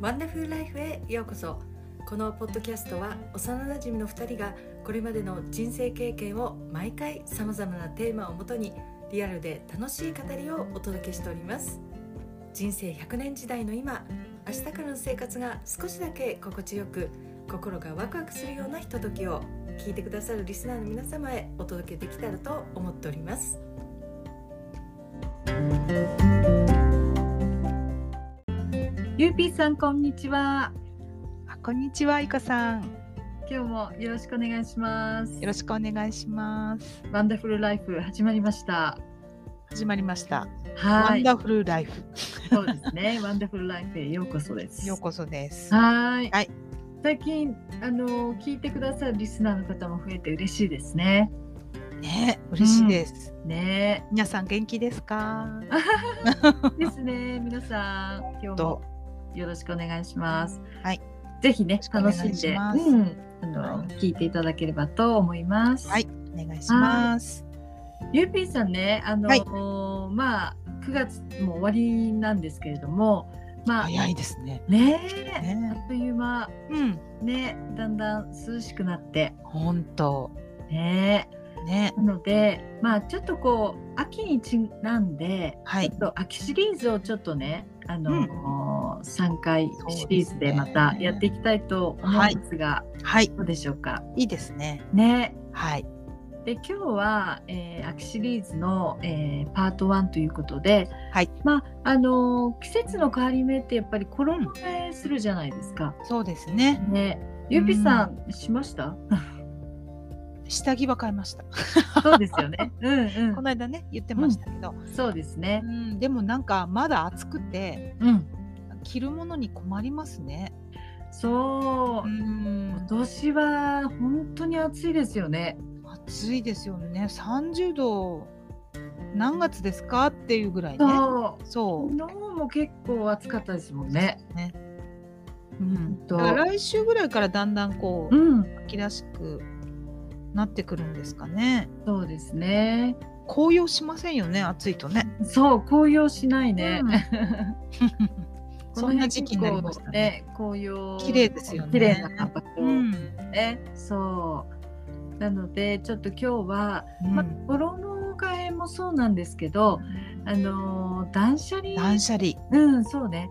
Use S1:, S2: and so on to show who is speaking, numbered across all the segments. S1: ワンダフルライフへようこそこのポッドキャストは幼なじみの2人がこれまでの人生経験を毎回さまざまなテーマをもとにリアルで楽しい語りをお届けしております人生100年時代の今明日からの生活が少しだけ心地よく心がワクワクするようなひとときを聞いてくださるリスナーの皆様へお届けできたらと思っております
S2: ゆうぴーさんこんにちは
S3: あこんにちは、いこさん。
S2: 今日もよろしくお願いします
S3: よろしくお願いします。
S2: ワンダフルライフ始まりました
S3: 始まりました。ワ
S2: は
S3: ン
S2: い
S3: ダフルライフ。
S2: そうですねワンダフルライフへようこそです
S3: ようこそです。
S2: はい
S3: はい
S2: 最近あの聞いてくださるリスナーの方も増えて嬉しいですね
S3: ね、嬉しいです。
S2: ね
S3: 皆さん元気ですか？
S2: ですね皆さん今日も
S3: と、
S2: よろしくお願いします
S3: はい
S2: ぜひね
S3: よろ
S2: 楽
S3: しくお
S2: し
S3: 願
S2: ん
S3: い
S2: で
S3: します
S2: うんあの聞いていただければと思います
S3: はいお願いします。
S2: ゆうぴーさんね、あの、
S3: はい
S2: まあ9月も終わりなんですけれども、まあ
S3: 早いですね。
S2: ねえ、
S3: ね、
S2: あっという間
S3: うん、
S2: ね、だんだん涼しくなって
S3: 本当
S2: ね
S3: ね、
S2: なので、まあちょっとこう秋にちなんで、
S3: はい
S2: ちょっと秋シリーズをちょっとね、あの三、回シリーズでまたやっていきたいと思うんですが、
S3: はい、
S2: どうでしょうか。
S3: いいですね。
S2: ね。
S3: はい、
S2: で今日は、えー、秋シリーズの、えーパート1ということで、
S3: はい
S2: まああのー季節の変わり目ってやっぱり衣替えするじゃないですか。
S3: そうですね。
S2: ね、ゆぴさん、しました？
S3: 下着は買いました。
S2: そうですよね。うん
S3: この間ね、言ってましたけど、
S2: うん。そうですね
S3: う。ん、でもなんかまだ暑くて
S2: うん。
S3: 着るものに困りますね。
S2: そう。今
S3: ん、
S2: 年は本当に暑いですよね。
S3: 暑いですよね。30度何月ですかっていうぐらいね。
S2: そう。
S3: そう
S2: 昨。日も結構暑かったですもんね。
S3: ね。う
S2: うん
S3: ん。
S2: と
S3: だから来週ぐらいからだんだんこう、
S2: うん。
S3: 秋らしくなってくるんですかね。
S2: そうですね。
S3: 紅葉しませんよね、暑いと ね。
S2: そう紅葉しないね。
S3: うんそんな時期になりましたね。
S2: この辺結構ね紅葉
S3: 綺麗ですよね
S2: 綺麗な場
S3: う
S2: 所
S3: ん。
S2: ね、そう。なのでちょっと今日は、
S3: うん
S2: まあ、衣替えもそうなんですけど、あのー断捨離、
S3: 断捨離。
S2: うんそうね。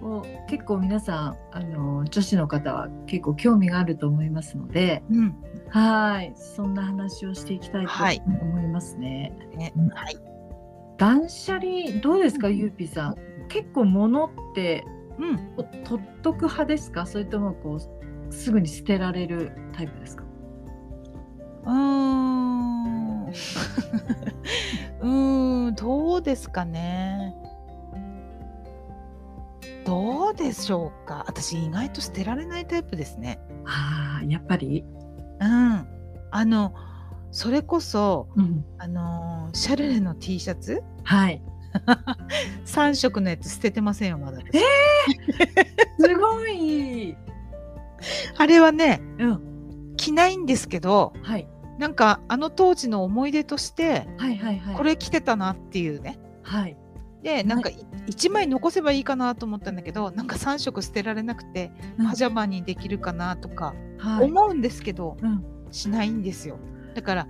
S3: うん。
S2: を結構皆さんあのー女子の方は結構興味があると思いますので、
S3: うん。
S2: はい、そんな話をしていきたい
S3: はい
S2: と思いますね。
S3: ね。はい。
S2: 断捨離どうですか、
S3: うん
S2: ゆうぴさん。結構物って
S3: うん。
S2: お取っとく派ですかそれともこうすぐに捨てられるタイプですか
S3: うーん。 うーん。どうですかね。どうでしょうか。私意外と捨てられないタイプですね。
S2: あーやっぱり、
S3: うん、あのそれこそ
S2: うん、
S3: あのーシャルレの T シャツ
S2: はい
S3: 3色のやつ捨ててませんよまだ私
S2: すごい、
S3: あれはね
S2: うん
S3: 着ないんですけど
S2: はい、
S3: なんかあの当時の思い出として
S2: はいはいはい
S3: これ着てたなっていうね
S2: はい
S3: でなんか1枚残せばいいかなと思ったんだけどなんか3色捨てられなくて
S2: うん
S3: パジャマにできるかなとか
S2: はい
S3: 思うんですけど
S2: うん
S3: しないんですよだから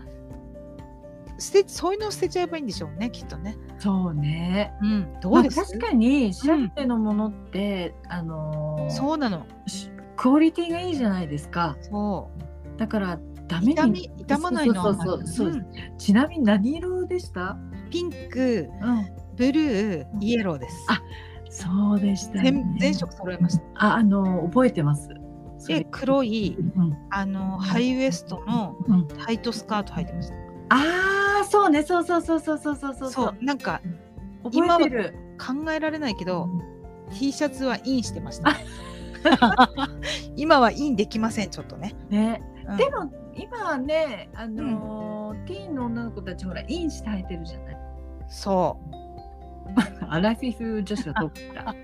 S3: 捨てそういうのを捨てちゃえばいいんでしょうねきっとね。
S2: そうね
S3: うん、どうです、
S2: まあ確かにシャルレのものって、あのー
S3: そうなの。
S2: しクオリティがいいじゃないですか
S3: そ
S2: だからダ
S3: う。
S2: メ
S3: 痛
S2: に
S3: み、痛まないの。
S2: そうそうそう
S3: あんまり
S2: そうちなみに何色でした、
S3: うんピンク、
S2: うん、
S3: ブルー
S2: う、ん
S3: イエローです。
S2: あそうでした、ね
S3: 全、全色揃えました。
S2: ああのー覚えてますそ
S3: で
S2: れ、
S3: 黒い、
S2: うん
S3: あの、ハイウエストの
S2: うん、
S3: タイトスカート履いてました。
S2: ああそうねそうそうそうそうそうそうそ
S3: そう
S2: うそう
S3: なんか、
S2: 覚えてる
S3: 考えられないけど、
S2: う
S3: T シャツはインしてました。 今はインできません、ちょっとね。
S2: んね、
S3: うん
S2: でも今はねあのーティーンの女の子たちほらインして履いてるじゃない
S3: そう。
S2: アラフィフ女子はどっ だ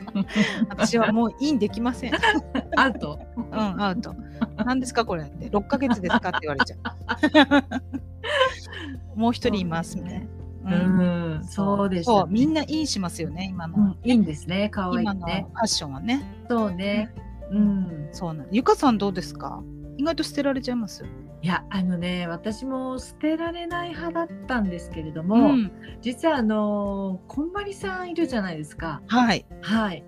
S3: 私はもうインできません。
S2: アウト
S3: うん、アウト。何ですか、これって。6ヶ月ですかって言われちゃう。もう一人いますね。
S2: うん、そうです
S3: そうみんなインしますよね今の、
S2: うんいいんですね、可愛い
S3: 今のファ
S2: ね。
S3: ッションはね
S2: そうね。うん。
S3: そうなんゆかさんどうですか意外と捨てられちゃいます
S2: いや、あのね、私も捨てられない派だったんですけれども、
S3: ん、
S2: 実はあのこんまりさんいるじゃないですか。
S3: はい
S2: はい。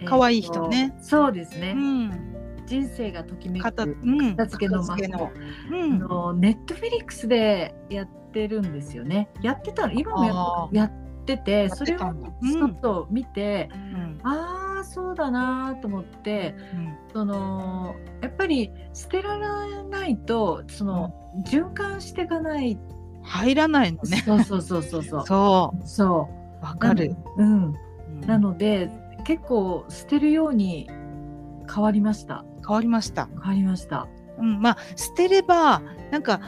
S2: えー
S3: 可愛い人ね。
S2: とそうです
S3: う
S2: ね。
S3: ん
S2: 人生がときめく。
S3: 片う
S2: あ
S3: ん
S2: 片付けの魔法
S3: 片のう
S2: の
S3: ん
S2: ネットフェリックスでやってるんですよね。やってたの、今
S3: あ
S2: も
S3: ー
S2: ややってて、それをち
S3: や
S2: ょ
S3: ってたんだうん
S2: っと見て、
S3: うん
S2: ああそうだなーと思って。そのやっぱり捨てられないとその、循環していかない、
S3: うん入らないのね
S2: そうそうそうそうそう
S3: そ
S2: そう
S3: わかる、
S2: う、う
S3: う
S2: ん、
S3: ん
S2: なので結構捨てるように変わりました
S3: 変わりました
S2: 変わりました
S3: うん、まあ捨てればなんか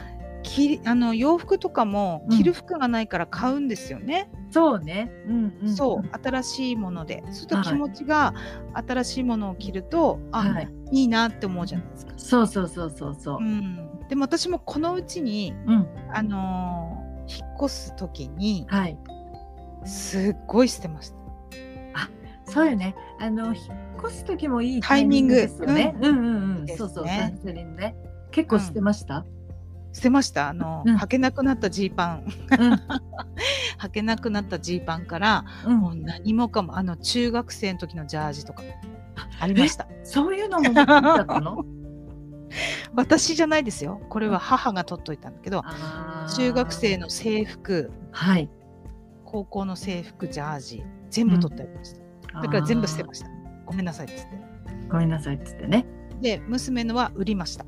S3: きあの洋服とかも
S2: うん
S3: 着る服がないから買うんですよね、
S2: そうね、うんうん、
S3: そう新しいものでそうすると
S2: はい
S3: 気持ちが新しいものを着ると、あ、
S2: はい
S3: い、いなって思うじゃないですか、
S2: そうそうそうそうそう
S3: う、ん、でも私もこのうちに、
S2: うん、
S3: あのー引っ越す時に
S2: はい
S3: すっごい捨てました
S2: そうよねあの引っ越す時もいい
S3: タイミング
S2: ですよね、うん、うんうん
S3: いいですね
S2: そうそうサンセリンね結構捨てました、
S3: 捨てましたあの、
S2: うん
S3: 履けなくなったジーパン
S2: うん
S3: 履けなくなったジーパンから
S2: うん
S3: もう何もかもあの中学生の時のジャージとかありました
S2: そういうのも 持ってきちゃったの
S3: 私じゃないですよこれは母が取っといたんだけど
S2: あー
S3: 中学生の制服
S2: はい
S3: 高校の制服ジャージ全部取ってありました、だから全部捨てましたごめんなさいっつって
S2: あーごめんなさいっつってね
S3: で娘のは売りました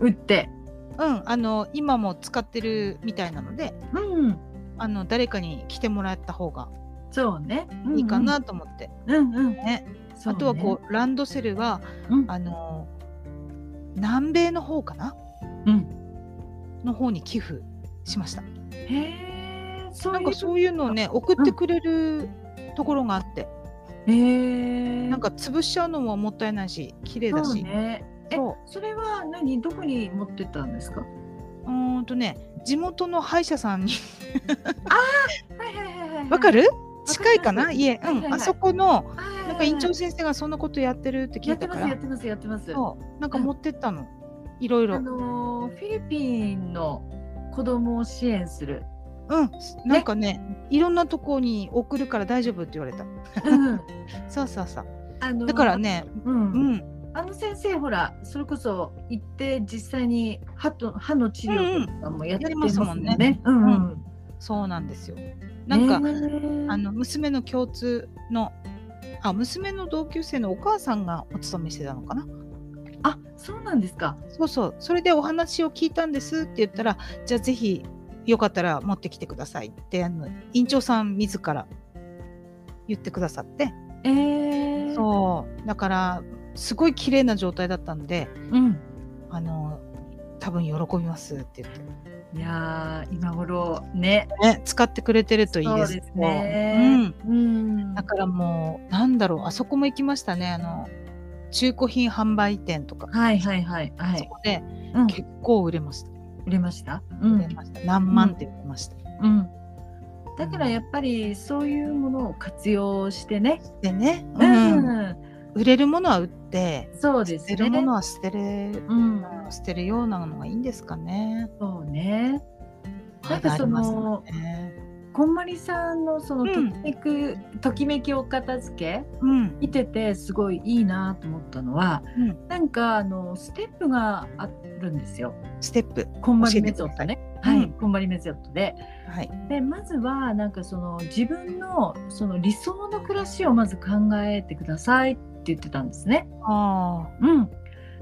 S2: 打って
S3: うんあの今も使ってるみたいなので
S2: うん
S3: あの誰かに着てもらった方が
S2: そうね
S3: いいかなと思って、
S2: うんうん、
S3: ね
S2: そう
S3: あとはこうランドセルは
S2: う、うん
S3: あの南米の方かな
S2: うん、
S3: の方に寄付しました
S2: へえそう
S3: ないん
S2: う
S3: かそういうのをね送ってくれるところがあって、
S2: へえ
S3: なんか潰しちゃうのももったいないし綺麗だ
S2: そう
S3: し
S2: ねえ
S3: そう
S2: それは何どこに持ってったんですか
S3: うーんとね地元の歯医者さんに
S2: はいはいはいはい
S3: わかる
S2: ます
S3: 近いかな家、
S2: はいはいは
S3: う
S2: い
S3: ん、あそこの
S2: な
S3: なんか院長先生がそんなことやってるって聞
S2: や
S3: い
S2: って
S3: た
S2: ま
S3: か
S2: す
S3: ら
S2: やってますやってます
S3: そうなんか持ってったのいろいろ
S2: あのーフィリピンの子供を支援する
S3: うんなんかねいろんなとこに送るから大丈夫って言われた
S2: うん
S3: そうそうそう
S2: あのー
S3: だからね
S2: うん
S3: うん、
S2: あの先生ほらそれこそ行って実際に歯と歯の治療とかもやってますもん
S3: やり
S2: ね。うんうん
S3: そうなんですよなんか、
S2: ね
S3: あの娘の共通のあ娘の同級生のお母さんがお勤めしてたのかな
S2: あそうなんですか。
S3: そうそう、それでお話を聞いたんですって言ったら、じゃあぜひよかったら持ってきてくださいって、あの院長さん自ら言ってくださって、
S2: えー、
S3: そう、だから、すごい綺麗な状態だったんで、
S2: うん。
S3: あの、多分喜びますって言って、
S2: いやー今頃ね。
S3: ね、使ってくれてるといいです
S2: そうですねうん。
S3: うん。だからもう、なんだろう、あそこも行きましたね、あの、中古品販売店とか、
S2: はいはいはいは
S3: そ
S2: い。
S3: こで
S2: うん
S3: 結構売れました。
S2: 売れました。う
S3: 売れました。何万って売れました。
S2: うん。だからやっぱりそういうものを活用してね。
S3: でね、
S2: う
S3: うん
S2: ん。
S3: 売れるものは売って
S2: そうで
S3: 捨
S2: す
S3: て
S2: ね。
S3: るものは捨てる、
S2: うん。
S3: 捨てるようなのがいいんですかね。
S2: そうね。なん
S3: ま
S2: か
S3: だあります
S2: その
S3: ね
S2: こんまりさんのその
S3: う
S2: とき
S3: ん
S2: めく、ときめきお片付け
S3: うん
S2: 見ててすごいいいなと思ったのは、
S3: うん
S2: なんかあのステップがあるんですよ。
S3: ステップ
S2: こんまりメソッドね。
S3: 教えてくださ
S2: はいい、
S3: うん
S2: こんまりメソッドで、
S3: はい
S2: でまずはなんかその自分のその理想の暮らしをまず考えてくださいって言ってたんですね。
S3: あ
S2: うん。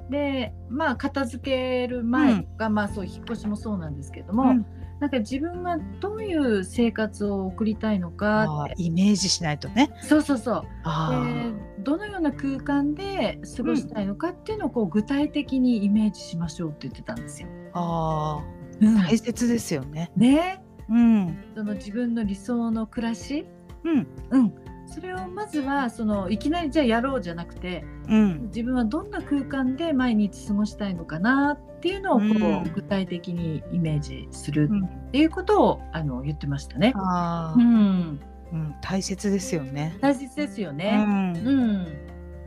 S2: でまあ片付ける前が、まあそう引っ越しもそうなんですけど
S3: あ、
S2: も、
S3: うん
S2: なんか自分がどういう生活を送りたいのか
S3: あー
S2: って
S3: イメージしないとね。
S2: そうそうそうで
S3: あ
S2: どのような空間で過ごしたいのかっていうのをこう具体的にイメージしましょうって言ってたんですよ。
S3: ーあ
S2: うん
S3: ー大切ですよね。
S2: ね
S3: うん
S2: その自分の理想の暮らし、
S3: うん
S2: うん、それをまずはそのいきなりじゃあやろうじゃなくて
S3: うん、
S2: 自分はどんな空間で毎日過ごしたいのかなっていうのをこ
S3: うん
S2: う具体的にイメージする
S3: うん
S2: っていうことをあの言ってましたね。
S3: あ
S2: う
S3: ー、
S2: ん、
S3: うん、大切ですよね。
S2: 大切ですよ
S3: う、
S2: ね。うんん
S3: う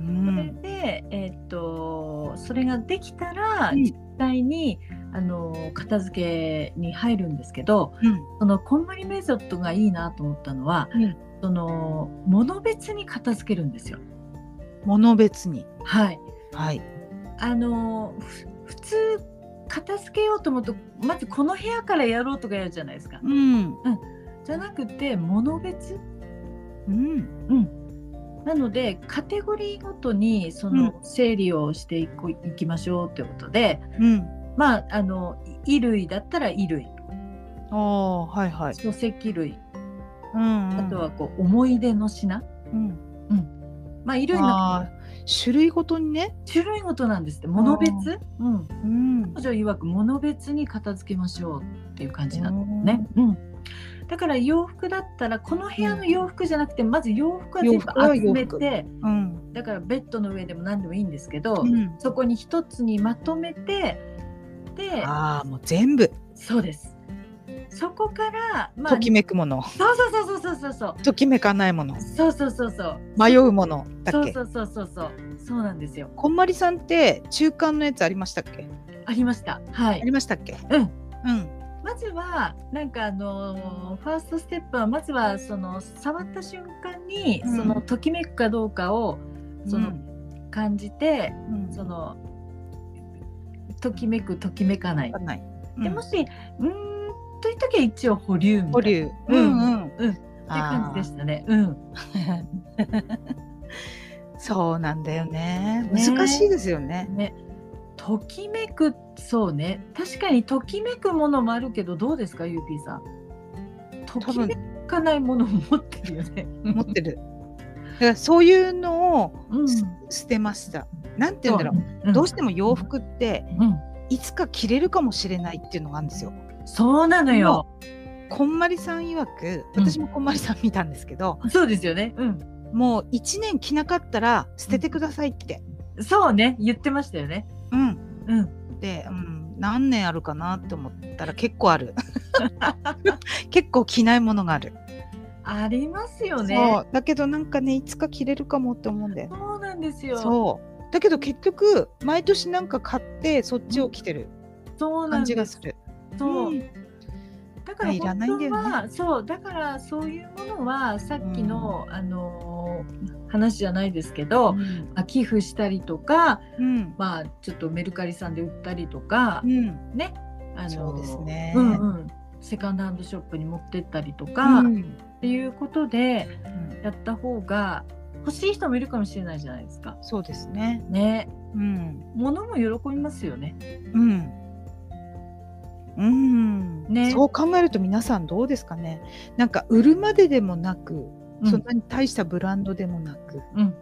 S2: それ
S3: ん、
S2: で、えーっとそれができたら
S3: うん
S2: 実際に、あの片付けに入るんですけど
S3: うん、
S2: そのこんまりメソッドがいいなと思ったのは、
S3: うん
S2: その物別に片付けるんですよ。
S3: 物別に。
S2: はい、
S3: はい。
S2: あのふ普通片付けようと思うとまずこの部屋からやろうとかやるじゃないですか。
S3: うん、
S2: じゃなくて物別
S3: うん、
S2: なのでカテゴリーごとにその整理をしていこいきましょうということで、
S3: うん。
S2: まあ、あのい衣類だったら衣類
S3: ああ、はいはい。
S2: 書籍類
S3: うん、
S2: あとはこう思い出の品、
S3: うん、
S2: まあ、
S3: う
S2: 衣
S3: ん、
S2: 類の
S3: あー種類ごとにね。
S2: 種類ごとなんですって物別うん
S3: うん
S2: 彼女曰く物別に片付けましょうっていう感じなんですね、うん、だから洋服だったらこの部屋の洋服じゃなくてまず洋服は全部集め
S3: 洋服は
S2: て
S3: うん、
S2: だからベッドの上でも何でもいいんですけど、
S3: うん
S2: そこに一つにまとめてで
S3: ああ、もう全部。
S2: そうですそこからま
S3: と
S2: あ
S3: きめくもの、
S2: そうそうそうそうそうそう
S3: ときめかないもの、
S2: そうそうそうそう。
S3: 迷うものだっ
S2: そう
S3: け。
S2: そうそうそうそう。そうなんですよ。
S3: こんまりさんって中間のやつありましたっけ？
S2: ありました。は
S3: あ
S2: い
S3: り。ましたっけ？
S2: う
S3: う
S2: ん。
S3: ん。
S2: まずはなんかあのーファーストステップはまずはその触った瞬間に
S3: うん
S2: そのときめくかどうかをその感じて、
S3: うん、
S2: そのときめくときめかない
S3: わか。んない。
S2: で
S3: うん
S2: もしうーんという時は一応保留みたいな
S3: 保留。
S2: うん
S3: ん
S2: うんって
S3: あ
S2: 感
S3: ー
S2: じでしたね。うん。
S3: そうなんだよね。
S2: ね
S3: 難しいですよね。
S2: ね。ときめくそうね確かにときめくものもあるけどどうですかゆうぴーさんと
S3: 多
S2: き
S3: 分
S2: めかないものも持ってるよね、
S3: 持ってる。だからそういうのを
S2: うん、
S3: す捨てました。なんて言うんだろう。
S2: うん
S3: どうしても洋服って
S2: うん、
S3: いつか着れるかもしれないっていうのがあるんですよ。
S2: そうなのよ
S3: こんまりさん曰く、
S2: うん
S3: 私もこんまりさん見たんですけど、
S2: そうですよねうん
S3: もう1年着なかったら捨ててくださいって。
S2: そうね言ってましたよね
S3: うん。
S2: うん
S3: で、うん、何年あるかなって思ったら結構あ る。結構着ないものがある。
S2: ありますよ
S3: そ
S2: ね
S3: うだけどなんかねいつか着れるかもって思うんだよ
S2: そ
S3: ね
S2: うなんですよそう
S3: そうだけど結局毎年なんか買ってそっちを着てる
S2: なん
S3: 感
S2: です
S3: じがする
S2: そう、
S3: うん
S2: だから
S3: いらないん
S2: 本
S3: だ
S2: 当
S3: よね
S2: は、そうだからそういうものはさっきの、あのー話じゃないですけ
S3: う
S2: ど、
S3: ん
S2: まあ寄付したりとか、
S3: うん
S2: まあ、ちょっとメルカリさんで売ったりとか、
S3: うん
S2: ねあの
S3: そうですね
S2: うんうん、セカンドハンドショップに持ってったりとか、
S3: う
S2: っ
S3: ん
S2: ていうことでやった方が欲しい人もいるかもしれないじゃないですか。
S3: そうですね
S2: ね
S3: うん
S2: 物も喜びますよね。
S3: うんうん
S2: ね
S3: そう考えると皆さんどうですかねなんか売るまででもなく、
S2: うん
S3: そんなに大したブランドでもなく
S2: うん
S3: っ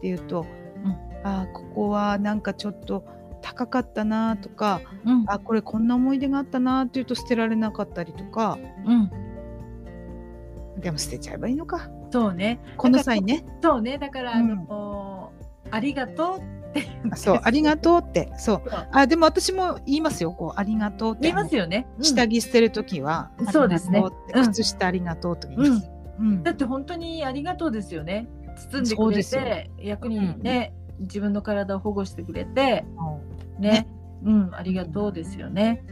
S3: ていうと、
S2: うん
S3: あーここはなんかちょっと高かったなとか
S2: うん
S3: あこれこんな思い出があったなっていうと捨てられなかったりとか
S2: うん、
S3: でも捨てちゃえばいいのか
S2: そうね
S3: この際ね
S2: そうねだから、
S3: うん
S2: あのありがとうって言うん
S3: あ
S2: です
S3: そうありがとうってそう
S2: そう
S3: あでも私も言いますよこうありがとうって
S2: 言いますよね。うん
S3: 下着捨てるときは、
S2: うんそうですね
S3: ありがとうって
S2: うん
S3: 靴下ありがとうと言います、うん
S2: だって本当にありがとうですよね包んで
S3: そう
S2: く
S3: で
S2: れ
S3: すよ
S2: て役にね、自分の体を保護してくれてね
S3: ね
S2: うんありがとうですよね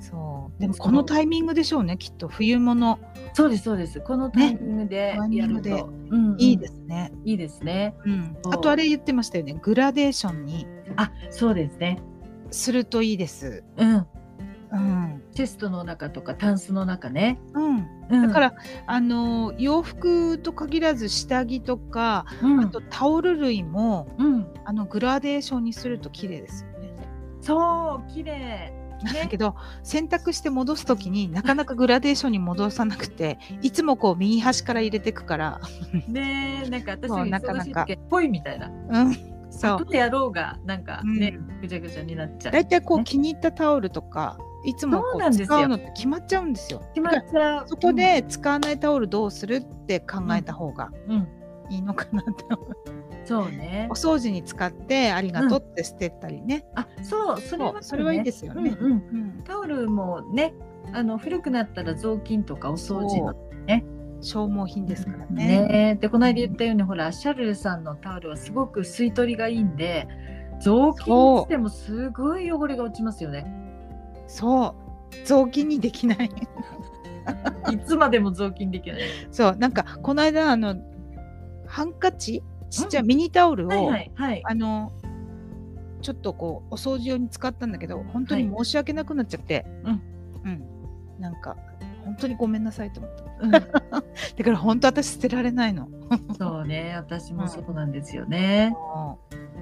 S3: そうでもこのタイミングでしょうねきっと冬物
S2: そうですそうですこのタイミングで
S3: ね
S2: やると、
S3: タイミン
S2: うんうん
S3: いいですね、
S2: いいですね
S3: うん
S2: そう
S3: あとあれ言ってましたよねグラデーションに
S2: あそうですね
S3: するといいです
S2: うん
S3: うん、
S2: チェストの中とかタンスの中ね、
S3: うん、
S2: うん、
S3: だから、あの洋服と限らず下着とか、
S2: うん、
S3: あとタオル類も
S2: うん
S3: あのグラデーションにすると綺麗ですよね。
S2: そう綺麗
S3: だ
S2: ね
S3: けど洗濯して戻す時になかなかグラデーションに戻さなくていつもこう右端から入れてくから、
S2: ねなんか私
S3: そうなかな
S2: 忙
S3: か
S2: しい時っぽいみたいな
S3: うん、そう
S2: どうやろうがなんか
S3: うん
S2: ね、ぐちゃぐちゃになっちゃう
S3: だいたいこう
S2: ね
S3: 気に入ったタオルとかいつもこ
S2: そう
S3: う
S2: なんですよ
S3: 使うのって決まっちゃうんですよ。
S2: 決まっちゃう
S3: そこ、で使わないタオルどうするって考えた方が
S2: うんうん
S3: いいのかなって思う、
S2: そうね
S3: お掃除に使ってありがとうって捨てたりね、
S2: あそうそれは、
S3: そうそれはいいですよね
S2: うんうん
S3: うん
S2: タオルもねあの古くなったら雑巾とかお掃除のね
S3: 消耗品ですからね
S2: ねでこの間言ったようにほらシャルルさんのタオルはすごく吸い取りがいいんで雑巾にしてもすごい汚れが落ちますよね
S3: そう雑巾にできない
S2: いつまでも雑巾できない
S3: そうなんかこの間あのハンカチちっちゃい
S2: うん
S3: ミニタオルを、
S2: はいはいはい
S3: あのちょっとこうお掃除用に使ったんだけど本当に申し訳なくなっちゃって、
S2: うん
S3: うんなんか本当にごめんなさいと思った
S2: うん
S3: だから本当私捨てられないの
S2: そうね私もそうなんですよね、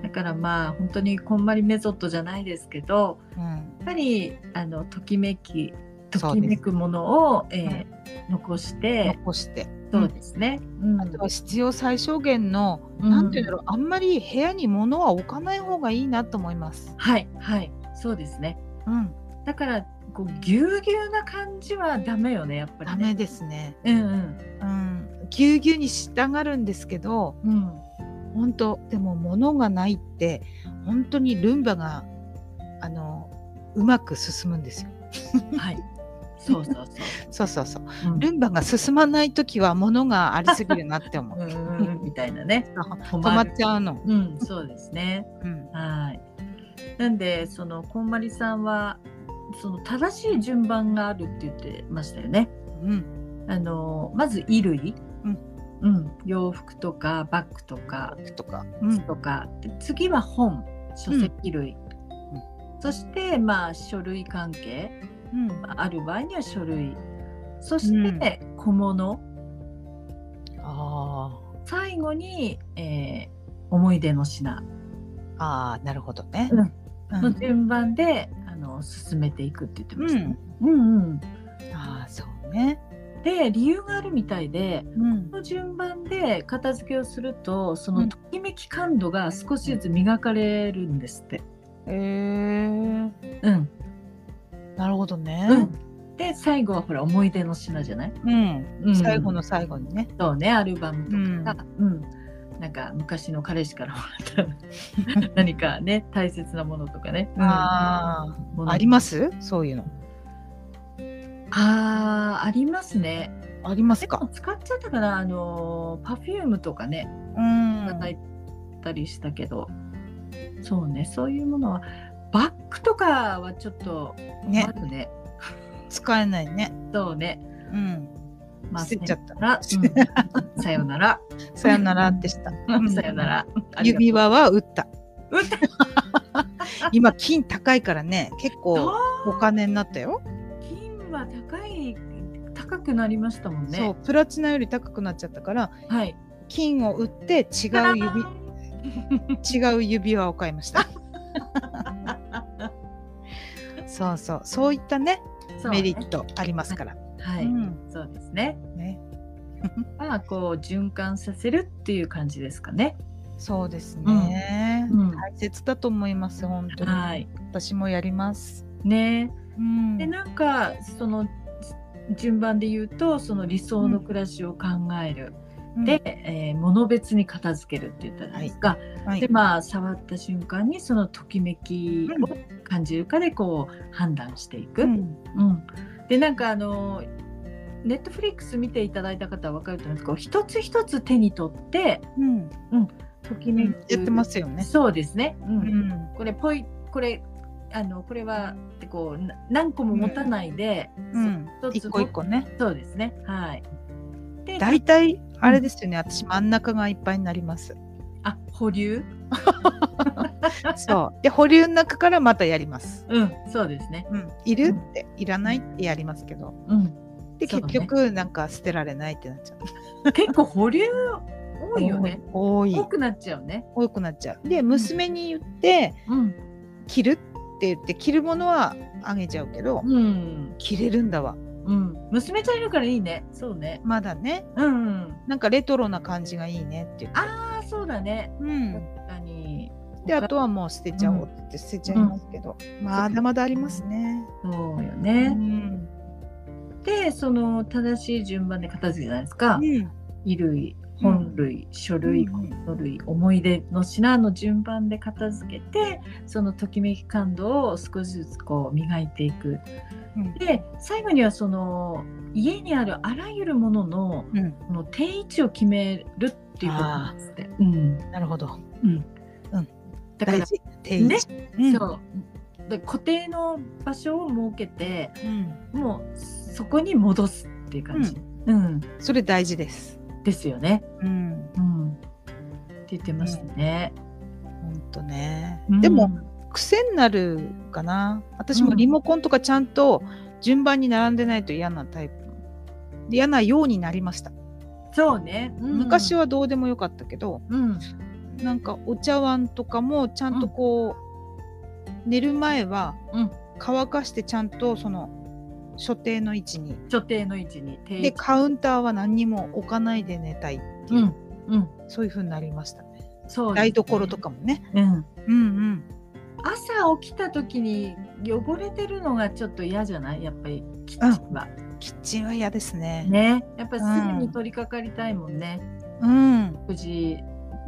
S2: だからまあ本当にこんまりメソッドじゃないですけど
S3: うん
S2: やっぱりあのときめき
S3: そ
S2: と
S3: う
S2: き
S3: です
S2: めくものを、えー残して、
S3: 残して、
S2: そうですね、うん
S3: あとは必要最小限の、
S2: うん
S3: なんていうんだろうあんまり部屋に物は置かない方がいいなと思います。
S2: はいはいそうですね
S3: うん、
S2: だからこうぎゅうぎゅうな感じはダメよねやっぱ
S3: ダ
S2: り
S3: メ
S2: ね
S3: ですね。
S2: うんうん
S3: うん、ぎゅうぎゅうにしたがるんですけど、
S2: うん
S3: 本当でも物がないって本当にルンバがあのうまく進むんですよ。
S2: はいそうそう
S3: そうそうそう。
S2: そう、うん
S3: ルンバが進まない時は物がありすぎるなって 思う。
S2: うんうん うんみたいなね
S3: 止
S2: 止
S3: まっちゃうの。
S2: うんそうですね
S3: うん、
S2: はい。なんでそのこんまりさんはその正しい順番があるって言ってましたよね。
S3: うん、
S2: あのまず衣類、
S3: うん
S2: うん洋服とかバッグとか
S3: とか。うん
S2: 靴、とか、で次は本書籍類、そしてまあ書類関係
S3: うん、
S2: ある場合には書類そして小物、
S3: あ
S2: 最後に、えー思い出の品
S3: ーあー、なるほどね。
S2: うん
S3: う
S2: の
S3: ん
S2: 順番で、あの進めていくって言ってましたね。
S3: うん
S2: うんうん
S3: ああそうね。
S2: で理由があるみたいで
S3: うん
S2: この順番で片付けをするとそうの
S3: ん
S2: ときめき感度が少しずつ磨かれるんですって。
S3: えー、
S2: うん
S3: なるほどね。
S2: うん、で最後はほら思い出の品じゃない、
S3: うん。
S2: うん
S3: 最後の最後にね。
S2: そうねアルバムとかさ、うんなんか昔の彼氏からもらった 何かね大切なものとかね。
S3: あ
S2: も
S3: あ、
S2: の
S3: ありますそういうの。
S2: あーありますね。
S3: あります
S2: でも
S3: か。
S2: 使っちゃったかなあのパフュームとかね
S3: うん
S2: 叩いたりしたけど、そうねそういうものはバッグとかはちょっと
S3: ね
S2: 困るね
S3: 使えないね。
S2: そうね、
S3: うん。
S2: まあ、
S3: 捨てちゃった
S2: さよなら、うん、さよな
S3: さよな
S2: ら
S3: らでした。 うん
S2: さよならありがとう
S3: 指輪は打った。。
S2: 打った
S3: 今金高いからね、結構お金になったよ。
S2: 金は高い高くなりましたもんね
S3: そう、プラチナより高くなっちゃったから、
S2: はい
S3: 金を売って違う指。 違う指輪を買いました。そうそう、そういったね、
S2: そうね
S3: メリットありますから。
S2: はい、
S3: うん
S2: そうですね
S3: ね、
S2: まあこう循環させるっていう感じですかね、
S3: そうですね、
S2: うん
S3: 大切だと思います、本当に。
S2: はい
S3: 私もやります。
S2: ね
S3: うん
S2: でなんかその順番で言うとその理想の暮らしを考える、
S3: うん
S2: で、えー物別に片付けるって言ったじゃないですか、
S3: はい
S2: でまあ触った瞬間にそのときめき
S3: うん
S2: を感じるかでこう判断していく。
S3: う
S2: うん
S3: ん
S2: でなんかあのネットフリックス見ていただいた方は分かると思うんですけど一つ一つ手に取って
S3: うん
S2: ときめき、
S3: やってますよね。
S2: そうですね、うん
S3: うん
S2: これポイこれあのこれはこうな何個も持たないで、
S3: うん
S2: そう一つ
S3: 一個一個ね。
S2: そうですね。はい。で、
S3: 大体あれですよね、私真ん中がいっぱいになります。
S2: あ、保留。
S3: そう。で、保留の中からまたやります。
S2: うん、そうですね。
S3: うん、いるって、いらないってやりますけど。
S2: うん。
S3: で、
S2: そう
S3: 結
S2: ね
S3: 局、なんか捨てられないってなっちゃう。
S2: 結構保留多いよね。
S3: 多い
S2: 多くなっちゃうね。
S3: 多くなっちゃうで娘に言って
S2: うん。
S3: 着るって言って着るものはあげちゃうけど
S2: うん。
S3: 着れるんだわ
S2: うん。娘ちゃんいるからいいね。そうね。
S3: まだね
S2: うん、うん。
S3: なんかレトロな感じがいいねって言って
S2: ああ、そうだね。
S3: うん
S2: 確かに。
S3: であとはもう捨てちゃおうって言って捨てちゃいますけど、まだまだありますね。
S2: そうよ
S3: う
S2: ね。
S3: ん
S2: でその正しい順番で片付けじゃないですか。
S3: うん
S2: 衣類本類、書類
S3: うん
S2: 物類思い出の品の順番で片付けてそのときめき感度を少しずつこう磨いていく。
S3: うん
S2: で最後にはその家にあるあらゆるものの
S3: うん
S2: この定位置を決めるっていうことなんですって。うん
S3: なるほど
S2: うん
S3: うん
S2: だから
S3: 大事定位置うん
S2: そうで固定の場所を設けて
S3: うん
S2: もうそこに戻すっていう感じ、うん
S3: それ大事です。
S2: ですよね、
S3: うん
S2: うん、って言ってましたね。
S3: 本当ね
S2: うん
S3: でも、癖になるかな私もリモコンとかちゃんと順番に並んでないと嫌なタイプ嫌なようになりました、
S2: そうね、うん
S3: 昔、はどうでもよかったけど
S2: うん、
S3: なんかお茶碗とかもちゃんとこう、寝る前は
S2: うん
S3: 乾かしてちゃんとその所定の位置に
S2: 所定の位置に定位
S3: で
S2: 置
S3: カウンターは何にも置かないで寝たいっていうう、
S2: んうん
S3: そういう風になりましたね
S2: そうですね
S3: 台所とかもね
S2: うん、
S3: うん
S2: 朝起きた時に汚れてるのがちょっと嫌じゃないやっぱりキッチンは、
S3: うんキッチンは嫌ですね
S2: ねやっぱりすぐに取り掛かりたいもんね、
S3: うん
S2: 食事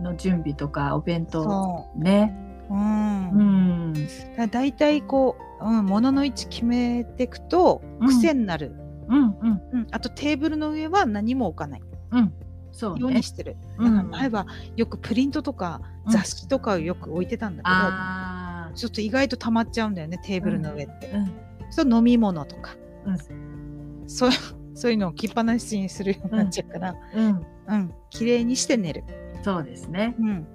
S2: の準備とかお弁当
S3: そ
S2: ね
S3: ううん
S2: うん
S3: だだいたいこう、うん、物の位置決めていくと
S2: うん
S3: 癖になる、
S2: うんうん
S3: うんあとテーブルの上は何も置かない
S2: うんそう
S3: よう
S2: ね
S3: にしてる、
S2: う
S3: なん
S2: ん
S3: か前はよくプリントとか
S2: うん
S3: 雑誌とかをよく置いてたんだけど、
S2: あ
S3: ちょっと意外と溜まっちゃうんだよねテーブルの上って、
S2: ー
S3: そう飲み物とか
S2: うん
S3: そう そういうのを置きっぱなしにするようになっちゃうから
S2: うんうん
S3: うん綺麗にして寝る、
S2: そうですね
S3: うん、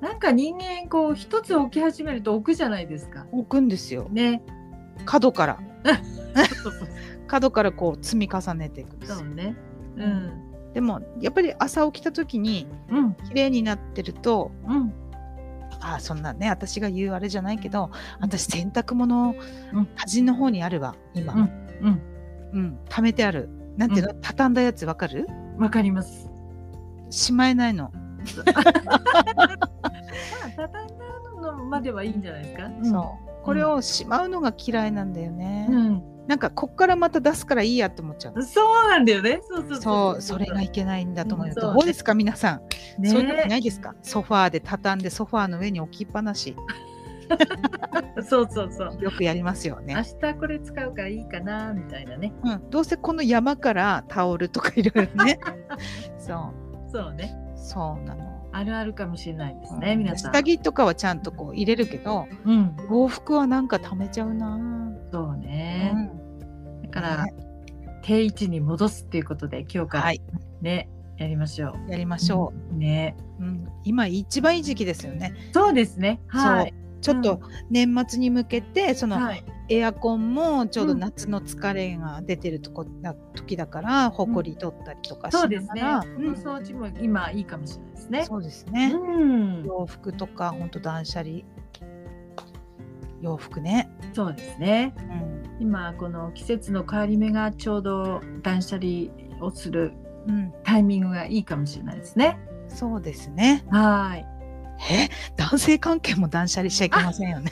S2: なんか人間こう一つ置き始めると置くじゃないですか
S3: 置くんですよ
S2: ね
S3: 角から
S2: そうそう
S3: 角からこう積み重ねていくんですよ
S2: そうねうん
S3: でもやっぱり朝起きた時に
S2: うん
S3: 綺麗になってると
S2: うん
S3: ああそんなね私が言うあれじゃないけど私洗濯物
S2: うん
S3: 端の方にあるわ今、
S2: う
S3: うんん
S2: うん
S3: 溜めてあるなんていうの、畳んだやつわかる
S2: わかります
S3: しまえないの、
S2: まあ畳んだのまではいいんじゃないですか
S3: そうこれをしまうのが嫌いなんだよね、
S2: うん
S3: なんかこっからまた出すからいいやって思っちゃう
S2: そうなんだよねそうそう
S3: そうそれがいけないんだと思うよ、
S2: うんそう
S3: どうですか皆さん、
S2: ね
S3: そういうことないですかソファーで畳んでソファーの上に置きっぱなし
S2: そうそうそう
S3: よくやりますよ
S2: 明
S3: ね、
S2: 日これ使うからいいかなみたいなね
S3: うん、どうせこの山からタオルとかいろいろね そう
S2: そうね
S3: そうなの
S2: あるあるかもしれないですね、
S3: うん
S2: 皆さん。
S3: 下着とかはちゃんとこう入れるけど
S2: うん、
S3: 洋服はなんか溜めちゃうな、
S2: そうね。
S3: うん
S2: だから、定位置に戻すっていうことで、今日から
S3: はい
S2: ね、やりましょう。
S3: やりましょ
S2: う。ね。
S3: う、うん今一番いい時期ですよね
S2: そうですね。はい。
S3: ちょっと年末に向けてその
S2: はい。
S3: エアコンもちょうど
S2: うん
S3: 夏の疲れが出てるとこだ時だからほこり取ったりとかし
S2: そうで
S3: な
S2: す
S3: が
S2: ね。
S3: ら
S2: お掃除も今いいかもしれないですね。
S3: そうですね
S2: うん。
S3: 洋服とかほんと断捨離洋服ね、
S2: そうですね
S3: う。ん
S2: 今この季節の変わり目がちょうど断捨離をする
S3: うん、
S2: タイミングがいいかもしれないですね。
S3: そうですね
S2: はい。
S3: え男性関係も断捨離しちゃいけませんよね。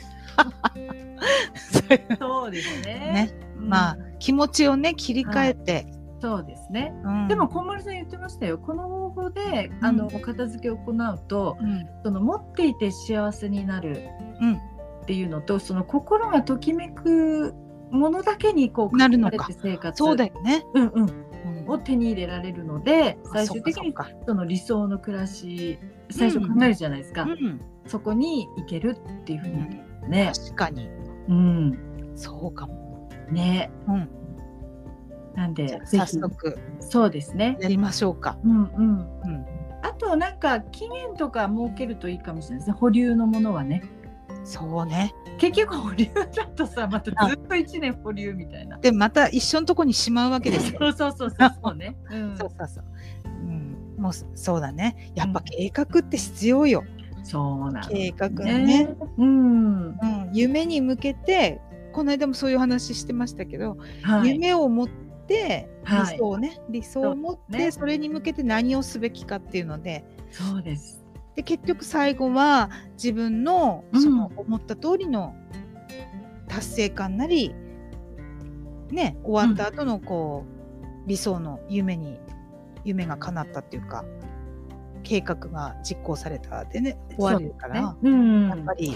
S2: そうですね。
S3: ね
S2: うん
S3: まあ、気持ちをね切り替えて、
S2: そうですね。
S3: うん
S2: でも、小丸さん言ってましたよこの方法であの、片付けを行うと
S3: うん
S2: その持っていて幸せになる
S3: うん
S2: っていうのとその心がときめくものだけにこう
S3: なるのか
S2: 囲まれて生活
S3: そうだよね。
S2: うんう
S3: う
S2: ん、
S3: ん
S2: を手に入れられるので最終的
S3: あ
S2: に
S3: そっかそっ
S2: その理想の暮らし最初考えるじゃないですか、
S3: かうん
S2: そこに行けるっていうふう
S3: う
S2: に
S3: ん
S2: ね、
S3: 確かに
S2: うん、
S3: そうかも。
S2: ね
S3: うん、
S2: なんで
S3: じゃあ
S2: ぜ
S3: 早
S2: ひ
S3: 速
S2: そうですね。
S3: やりましょうか。
S2: うんうん
S3: うん、
S2: あとなんか期限とか設けるといいかもしれないですね保留のものはね
S3: そうね。
S2: 結局保留だとさまたずっと1年保留みたいな
S3: でまた一緒のとこにしまうわけですよ。
S2: そうそうそうそうそうね、うん
S3: そうそうそう。うん、もうそうだね。やっぱ計画って必要よ。
S2: そうなの
S3: 計画ね。
S2: ねうん、
S3: うん、夢に向けてこの間もそういう話してましたけど、
S2: はい、
S3: 夢を持って
S2: はい
S3: 理想ね、理想を持って
S2: ね
S3: それに向けて何をすべきかっていうので
S2: そうです
S3: で結局最後は自分の
S2: うん
S3: その思った通りの達成感なり、ね終わった後のこう理想の夢に夢が叶ったっていうか計画が実行されたでね終わるから、
S2: ねうん、
S3: やっぱり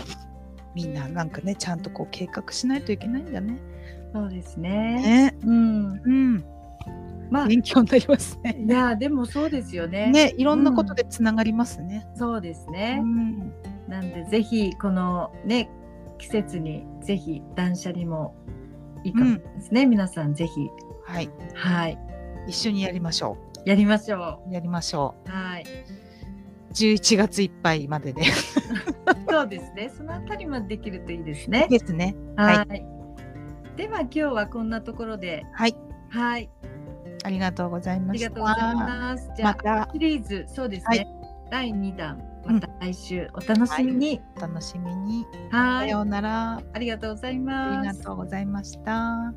S3: みんななんかねちゃんとこう計画しないといけないんだね。
S2: そうですね。
S3: ね
S2: うん、
S3: うん、
S2: まあ、い
S3: 勉強になりますね。
S2: や、でもそうですよね。
S3: ねいろんなことでつながりますね。
S2: そうです
S3: う
S2: ね。
S3: ん
S2: なんで、ぜひ、このね、季節に、ぜひ断捨離も。いいかもですね、皆さん、ぜひ、
S3: はい
S2: はい、
S3: 一緒にやりましょ
S2: やりましょ
S3: う。やりましょ
S2: う。はい、
S3: う。11月いっぱいまでで。
S2: そうですね。そのあたりまでできるといいですね。
S3: ですね。
S2: はいい。では、今日はこんなところで、
S3: はい。
S2: はい、
S3: ありがとうござい
S2: あ
S3: ま
S2: り
S3: し
S2: が
S3: た。
S2: とうございます。じゃあ
S3: ま、た
S2: シリーズ、そうですね。第二弾、また来週、お楽しみに。
S3: お楽しみに。
S2: は
S3: さ
S2: い、
S3: ようなら。
S2: ありがとうござい
S3: あ
S2: ま
S3: り
S2: す。
S3: がとうございました。